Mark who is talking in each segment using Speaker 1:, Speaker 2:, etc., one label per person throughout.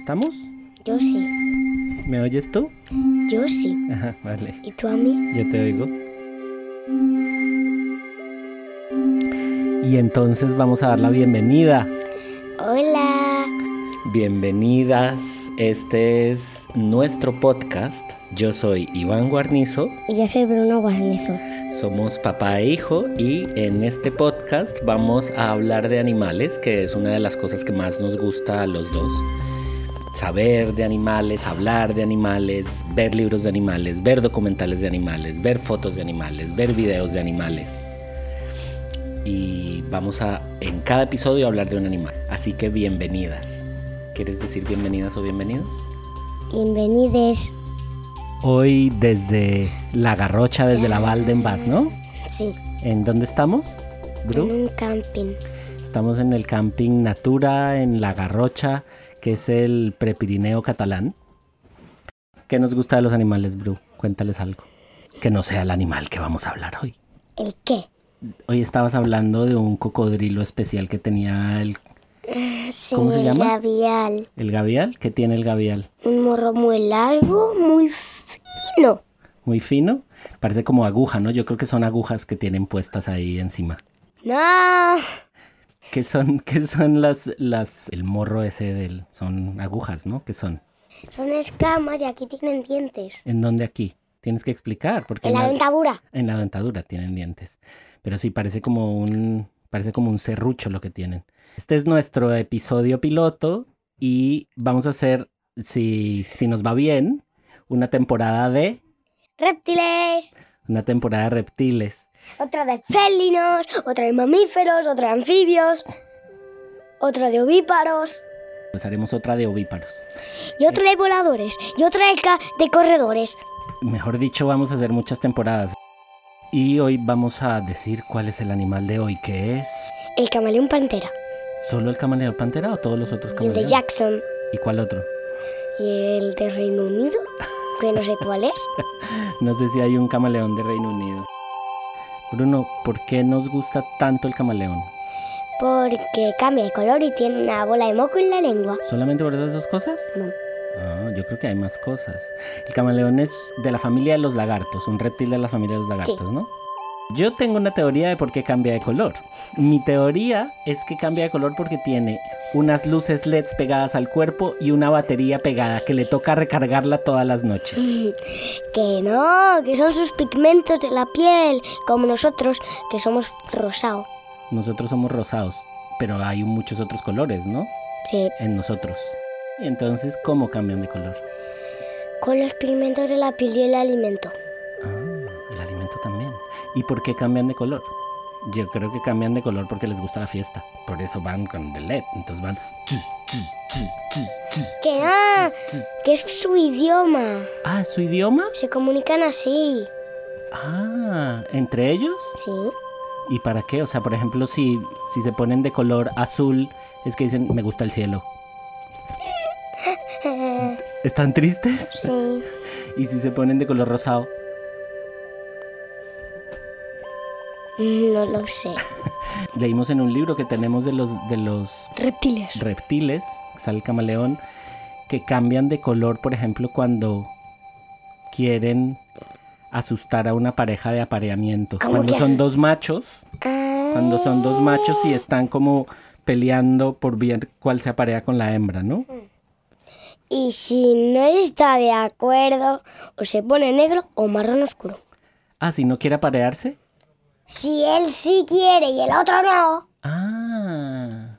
Speaker 1: ¿Estamos?
Speaker 2: Yo sí,
Speaker 1: ¿Me oyes tú?
Speaker 2: yo sí.
Speaker 1: Ajá, vale.
Speaker 2: ¿Y tú a mí?
Speaker 1: Yo te oigo. Y entonces vamos a dar la bienvenida.
Speaker 2: Hola.
Speaker 1: Bienvenidas. Este es nuestro podcast. Yo soy Iván Guarnizo.
Speaker 2: Y yo soy Bruno Guarnizo.
Speaker 1: Somos papá e hijo y en este podcast vamos a hablar de animales, que es una de las cosas que más nos gusta a los dos. Saber de animales, hablar de animales, ver libros de animales, ver documentales de animales, ver fotos de animales, ver videos de animales. Y vamos a en cada episodio hablar de un animal. Así que bienvenidas. ¿Quieres decir bienvenidas o bienvenidos?
Speaker 2: Bienvenides.
Speaker 1: Hoy desde La Garrocha, desde la Valdenbas, ¿no?
Speaker 2: Sí,
Speaker 1: ¿En dónde estamos? Bru?
Speaker 2: en un camping.
Speaker 1: Estamos en el camping Natura, en La Garrocha, que es el prepirineo catalán. ¿Qué nos gusta de los animales, Bru? Cuéntales algo. Que no sea el animal que vamos a hablar hoy.
Speaker 2: ¿El qué?
Speaker 1: Hoy estabas hablando de un cocodrilo especial que tenía el,
Speaker 2: Sí,
Speaker 1: ¿Cómo se
Speaker 2: el
Speaker 1: llama?
Speaker 2: labial.
Speaker 1: el gavial. ¿Qué tiene el gavial?
Speaker 2: Un morro muy largo, muy fino.
Speaker 1: Muy fino. Parece como aguja, ¿no? Yo creo que son agujas que tienen puestas ahí encima.
Speaker 2: No.
Speaker 1: ¿Qué son, qué son las, las... El morro ese del... Son agujas, ¿no? ¿Qué son?
Speaker 2: Son escamas y aquí tienen dientes.
Speaker 1: ¿En dónde aquí? Tienes que explicar. Porque
Speaker 2: En la
Speaker 1: na-
Speaker 2: dentadura.
Speaker 1: En la dentadura tienen dientes. Pero sí, parece como un. Parece como un serrucho lo que tienen. Este es nuestro episodio piloto. Y vamos a hacer, si, si nos va bien, una temporada de.
Speaker 2: Reptiles.
Speaker 1: Una temporada de reptiles.
Speaker 2: Otra de felinos. Otra de mamíferos. Otra de anfibios. Otra de ovíparos.
Speaker 1: Pues haremos otra de ovíparos.
Speaker 2: Y otra de voladores. Y otra de, ca- de corredores.
Speaker 1: Mejor dicho, vamos a hacer muchas temporadas. Y hoy vamos a decir cuál es el animal de hoy, que es.
Speaker 2: El camaleón pantera.
Speaker 1: ¿Solo el camaleón pantera o todos los otros
Speaker 2: Y el de
Speaker 1: camaleones?
Speaker 2: Jackson.
Speaker 1: ¿Y cuál otro?
Speaker 2: Y el de Reino Unido. Que no sé cuál es.
Speaker 1: No sé si hay un camaleón de Reino Unido. Bruno, ¿por qué nos gusta tanto el camaleón?
Speaker 2: Porque cambia de color y tiene una bola de moco en la lengua.
Speaker 1: ¿Solamente por esas dos cosas?
Speaker 2: No.
Speaker 1: Ah, yo creo que hay más cosas. El camaleón es de la familia de los lagartos, un reptil de la familia de los lagartos, ¿no? Yo tengo una teoría de por qué cambia de color. Mi teoría es que cambia de color porque tiene unas luces LEDs pegadas al cuerpo y una batería pegada que le toca recargarla todas las noches.
Speaker 2: Que no, que son sus pigmentos de la piel. Como nosotros, que somos rosado.
Speaker 1: Nosotros somos rosados, pero hay muchos otros colores, ¿no?
Speaker 2: Sí.
Speaker 1: en nosotros. Y entonces, ¿cómo cambian de color?
Speaker 2: Con los pigmentos de la piel y el alimento.
Speaker 1: Ah, el alimento también. ¿Y por qué cambian de color? Yo creo que cambian de color porque les gusta la fiesta. Por eso van con The LED. Entonces van.
Speaker 2: Que ah, que es su idioma.
Speaker 1: Ah, ¿su idioma?
Speaker 2: Se comunican así.
Speaker 1: Ah, ¿entre ellos?
Speaker 2: Sí.
Speaker 1: ¿Y para qué? O sea, por ejemplo, si, si se ponen de color azul, es que dicen, me gusta el cielo. ¿Están tristes?
Speaker 2: Sí.
Speaker 1: ¿Y si se ponen de color rosado?
Speaker 2: Mm, No lo sé.
Speaker 1: Leímos en un libro que tenemos de los, de los
Speaker 2: Reptiles.
Speaker 1: reptiles, sale el camaleón, que cambian de color, por ejemplo, cuando quieren asustar a una pareja de apareamiento.
Speaker 2: ¿Cómo
Speaker 1: Cuando
Speaker 2: que
Speaker 1: son
Speaker 2: asus-
Speaker 1: dos machos,
Speaker 2: Ah.
Speaker 1: cuando son dos machos y están como peleando por ver cuál se aparea con la hembra, ¿no?
Speaker 2: Mm. Y si no está de acuerdo, o se pone negro o marrón oscuro.
Speaker 1: Ah, si no quiere aparearse.
Speaker 2: Si él sí quiere y el otro no,
Speaker 1: Ah.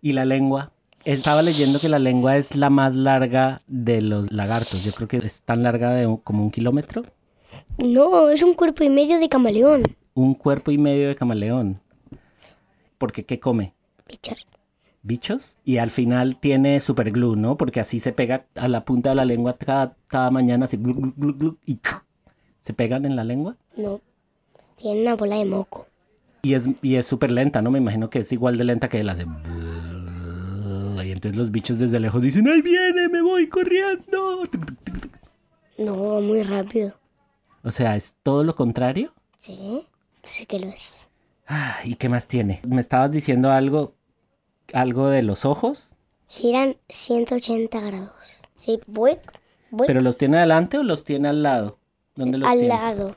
Speaker 1: Y la lengua. Estaba leyendo que la lengua es la más larga de los lagartos. Yo creo que es tan larga de un- como un kilómetro.
Speaker 2: no, es un cuerpo y medio de camaleón.
Speaker 1: Un cuerpo y medio de camaleón. Porque ¿qué come?
Speaker 2: Bichos.
Speaker 1: ¿Bichos? Y al final tiene superglue, ¿no? Porque así se pega a la punta de la lengua cada, cada mañana, así glu, glu, glu, glu, y se pegan en la lengua.
Speaker 2: No, tiene una bola de moco.
Speaker 1: Y es y es súper lenta, ¿no? Me imagino que es igual de lenta que él hace. Y entonces los bichos desde lejos dicen, ¡ay, viene! ¡Me voy corriendo!
Speaker 2: No, va muy rápido.
Speaker 1: O sea, es todo lo contrario.
Speaker 2: Sí, sí que lo es.
Speaker 1: Ah, ¿Y qué más tiene? Me estabas diciendo algo, algo de los ojos.
Speaker 2: giran 180 grados. Sí, buic, buic,
Speaker 1: ¿Pero los tiene adelante o los tiene al lado? ¿Dónde los
Speaker 2: Pues al
Speaker 1: tiene?
Speaker 2: lado.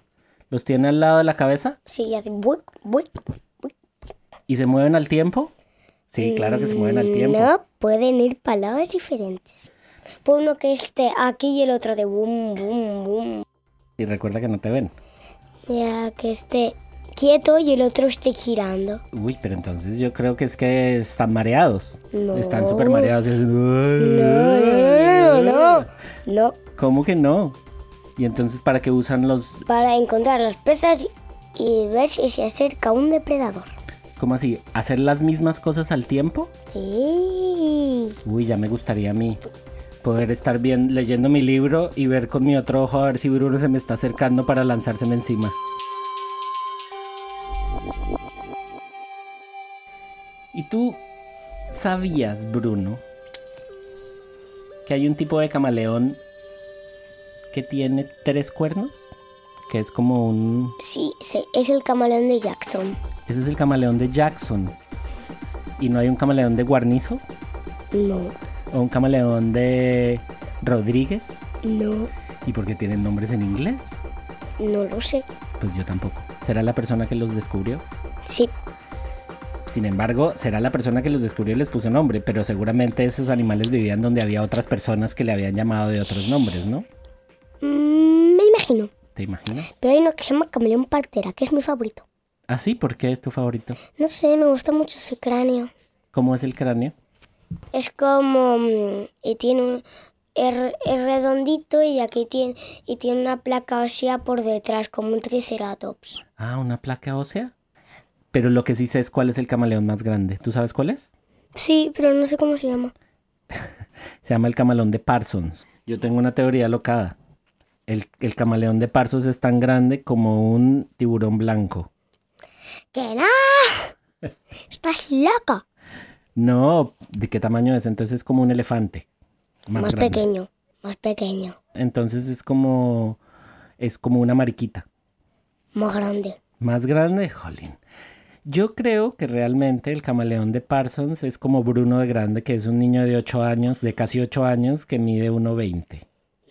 Speaker 1: ¿Los tiene al lado de la cabeza?
Speaker 2: Sí, hace buic, buic.
Speaker 1: ¿Y se mueven al tiempo? Sí, claro que se mueven al tiempo.
Speaker 2: Eh, No, pueden ir palabras diferentes. Por uno que esté aquí y el otro de boom, boom, boom.
Speaker 1: Y recuerda que no te ven.
Speaker 2: Ya que esté quieto y el otro esté girando.
Speaker 1: Uy, pero entonces yo creo que es que están mareados.
Speaker 2: No.
Speaker 1: Están súper mareados.
Speaker 2: No, no, no, no, no. No,
Speaker 1: ¿Cómo que no? Y entonces, ¿para qué usan los...?
Speaker 2: para encontrar las presas y ver si se acerca un depredador.
Speaker 1: ¿Cómo así? ¿Hacer las mismas cosas al tiempo?
Speaker 2: Sí.
Speaker 1: Uy, ya me gustaría a mí poder estar bien leyendo mi libro y ver con mi otro ojo a ver si Bruno se me está acercando para lanzárseme encima. ¿Y tú sabías, Bruno, que hay un tipo de camaleón que tiene tres cuernos? Que es como un...
Speaker 2: Sí, sí, es el camaleón de Jackson.
Speaker 1: Ese es el camaleón de Jackson. ¿Y no hay un camaleón de Guarnizo?
Speaker 2: No,
Speaker 1: ¿O un camaleón de Rodríguez?
Speaker 2: no,
Speaker 1: ¿Y por qué tienen nombres en inglés?
Speaker 2: no lo sé.
Speaker 1: Pues yo tampoco. ¿Será la persona que los descubrió?
Speaker 2: Sí,
Speaker 1: Sin embargo, será la persona que los descubrió y les puso nombre, pero seguramente esos animales vivían donde había otras personas que le habían llamado de otros nombres, ¿no?
Speaker 2: Mm, me imagino.
Speaker 1: ¿Te imaginas?
Speaker 2: Pero hay uno que se llama camaleón partera, que es mi favorito.
Speaker 1: ¿Ah, sí? ¿Por qué es tu favorito?
Speaker 2: No sé, me gusta mucho su cráneo.
Speaker 1: ¿Cómo es el cráneo?
Speaker 2: Es como... mm, Y tiene un... Es, re- es redondito y aquí tiene, y tiene una placa ósea por detrás, como un triceratops.
Speaker 1: Ah, una placa ósea. Pero lo que sí sé es cuál es el camaleón más grande. ¿Tú sabes cuál es?
Speaker 2: Sí, pero no sé cómo se llama.
Speaker 1: Se llama el camaleón de Parsons. Yo tengo una teoría locada. El, el camaleón de Parsons es tan grande como un tiburón blanco.
Speaker 2: ¡Que no! ¡Estás loca!
Speaker 1: No, ¿de qué tamaño es? Entonces es como un elefante. Más,
Speaker 2: Más,
Speaker 1: grande.
Speaker 2: pequeño, más pequeño,
Speaker 1: Entonces es como. Es como una mariquita.
Speaker 2: más grande.
Speaker 1: Más grande, jolín. Yo creo que realmente el camaleón de Parsons es como Bruno de Grande, que es un niño de 8 años, de casi 8 años, que mide 1,20.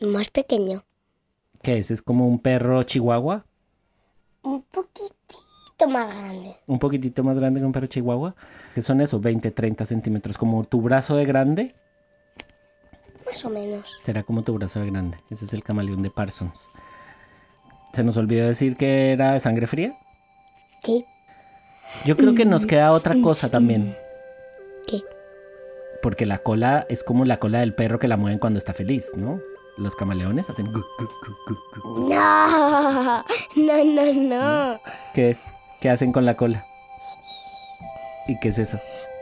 Speaker 2: Más pequeño.
Speaker 1: Que ese es como un perro chihuahua,
Speaker 2: Un poquitito más grande.
Speaker 1: un poquitito más grande que un perro chihuahua. Que son esos 20, 30 centímetros, como tu brazo de grande,
Speaker 2: Más o menos.
Speaker 1: Será como tu brazo de grande. Ese es el camaleón de Parsons. Se nos olvidó decir que era de sangre fría.
Speaker 2: ¿Qué?
Speaker 1: Yo creo que nos queda otra cosa también.
Speaker 2: ¿Qué?
Speaker 1: Porque la cola es como la cola del perro que la mueven cuando está feliz, ¿no? Los camaleones hacen... gu, gu, gu, gu, gu.
Speaker 2: No, no, no, no.
Speaker 1: ¿Qué es? ¿Qué hacen con la cola? ¿Y qué es eso?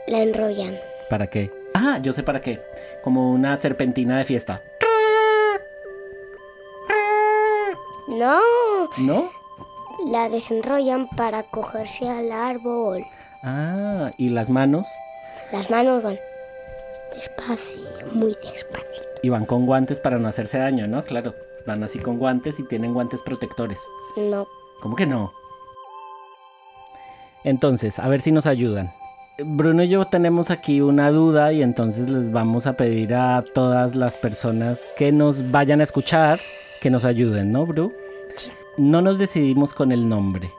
Speaker 2: La enrollan.
Speaker 1: ¿Para qué? Ah, yo sé para qué. Como una serpentina de fiesta,
Speaker 2: No,
Speaker 1: ¿no?
Speaker 2: la desenrollan para cogerse al árbol.
Speaker 1: Ah, y las manos
Speaker 2: Las manos van despacio, muy despacio.
Speaker 1: y van con guantes para no hacerse daño, ¿no? Claro, van así con guantes y tienen guantes protectores.
Speaker 2: No,
Speaker 1: ¿Cómo que no? Entonces, a ver si nos ayudan. Bruno y yo tenemos aquí una duda y entonces les vamos a pedir a todas las personas que nos vayan a escuchar que nos ayuden, ¿no, Bru?
Speaker 2: Sí.
Speaker 1: No nos decidimos con el nombre.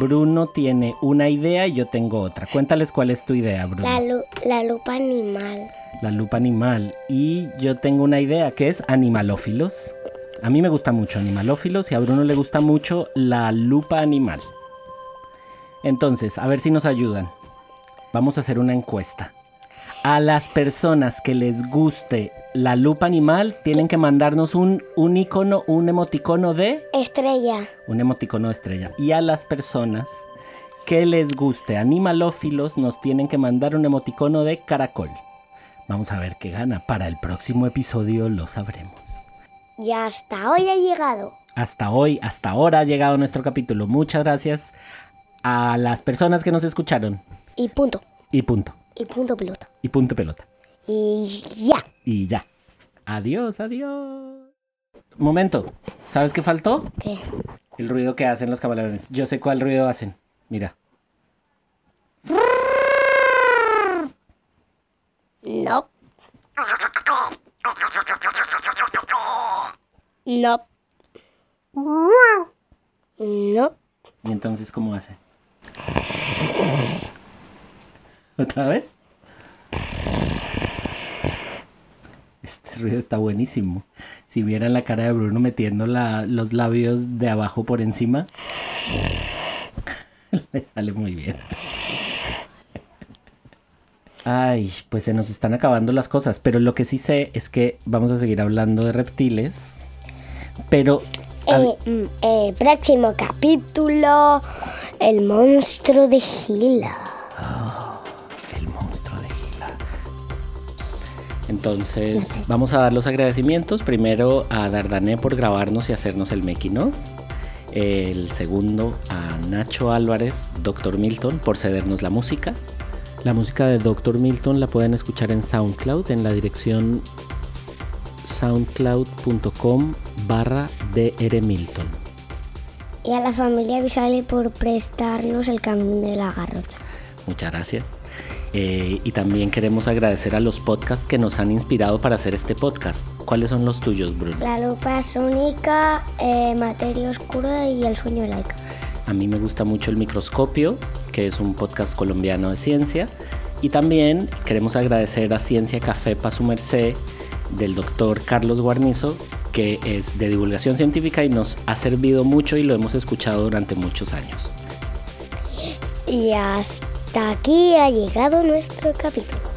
Speaker 1: Bruno tiene una idea y yo tengo otra. Cuéntales cuál es tu idea, Bruno.
Speaker 2: la, lu- la lupa animal.
Speaker 1: La lupa animal. Y yo tengo una idea que es animalófilos. A mí me gusta mucho animalófilos y a Bruno le gusta mucho la lupa animal. Entonces, a ver si nos ayudan. Vamos a hacer una encuesta. A las personas que les guste la lupa animal tienen que mandarnos un, un icono, un emoticono de...
Speaker 2: Estrella.
Speaker 1: Un emoticono de estrella. Y a las personas que les guste animalófilos nos tienen que mandar un emoticono de caracol. Vamos a ver qué gana. Para el próximo episodio lo sabremos.
Speaker 2: Y hasta hoy ha llegado.
Speaker 1: Hasta hoy, hasta ahora ha llegado nuestro capítulo. Muchas gracias a las personas que nos escucharon.
Speaker 2: Y punto.
Speaker 1: Y punto.
Speaker 2: Y punto pelota.
Speaker 1: Y punto pelota.
Speaker 2: Y ya.
Speaker 1: Y ya. Adiós, adiós. Momento. ¿Sabes qué faltó?
Speaker 2: ¿Qué?
Speaker 1: El ruido que hacen los camaleones. Yo sé cuál ruido hacen. Mira.
Speaker 2: No. No. No.
Speaker 1: ¿Y entonces cómo hace? ¿Otra vez? Este ruido está buenísimo. Si vieran la cara de Bruno metiendo la- los labios de abajo por encima, le sale muy bien. Ay, pues se nos están acabando las cosas, pero lo que sí sé es que vamos a seguir hablando de reptiles, pero... a-
Speaker 2: Eh, mm, eh, próximo capítulo, el monstruo de Gila.
Speaker 1: El monstruo de Gila. Entonces, vamos a dar los agradecimientos. Primero a Dardané por grabarnos y hacernos el making of. El segundo a Nacho Álvarez, Dr. Milton, por cedernos la música.
Speaker 3: La música de Dr. Milton la pueden escuchar en SoundCloud en la dirección soundcloud.com barra drmilton.
Speaker 2: Y a la familia Bisale por prestarnos el camino de la garrocha.
Speaker 1: Muchas gracias. Eh, y también queremos agradecer a los podcasts que nos han inspirado para hacer este podcast. ¿Cuáles son los tuyos, Bruno?
Speaker 2: La lupa sónica, eh, materia oscura y el sueño laico.
Speaker 1: A mí me gusta mucho El Microscopio, que es un podcast colombiano de ciencia. Y también queremos agradecer a Ciencia Café Pa' su merced del doctor Carlos Guarnizo, que es de divulgación científica y nos ha servido mucho y lo hemos escuchado durante muchos años.
Speaker 2: Y hasta aquí ha llegado nuestro capítulo.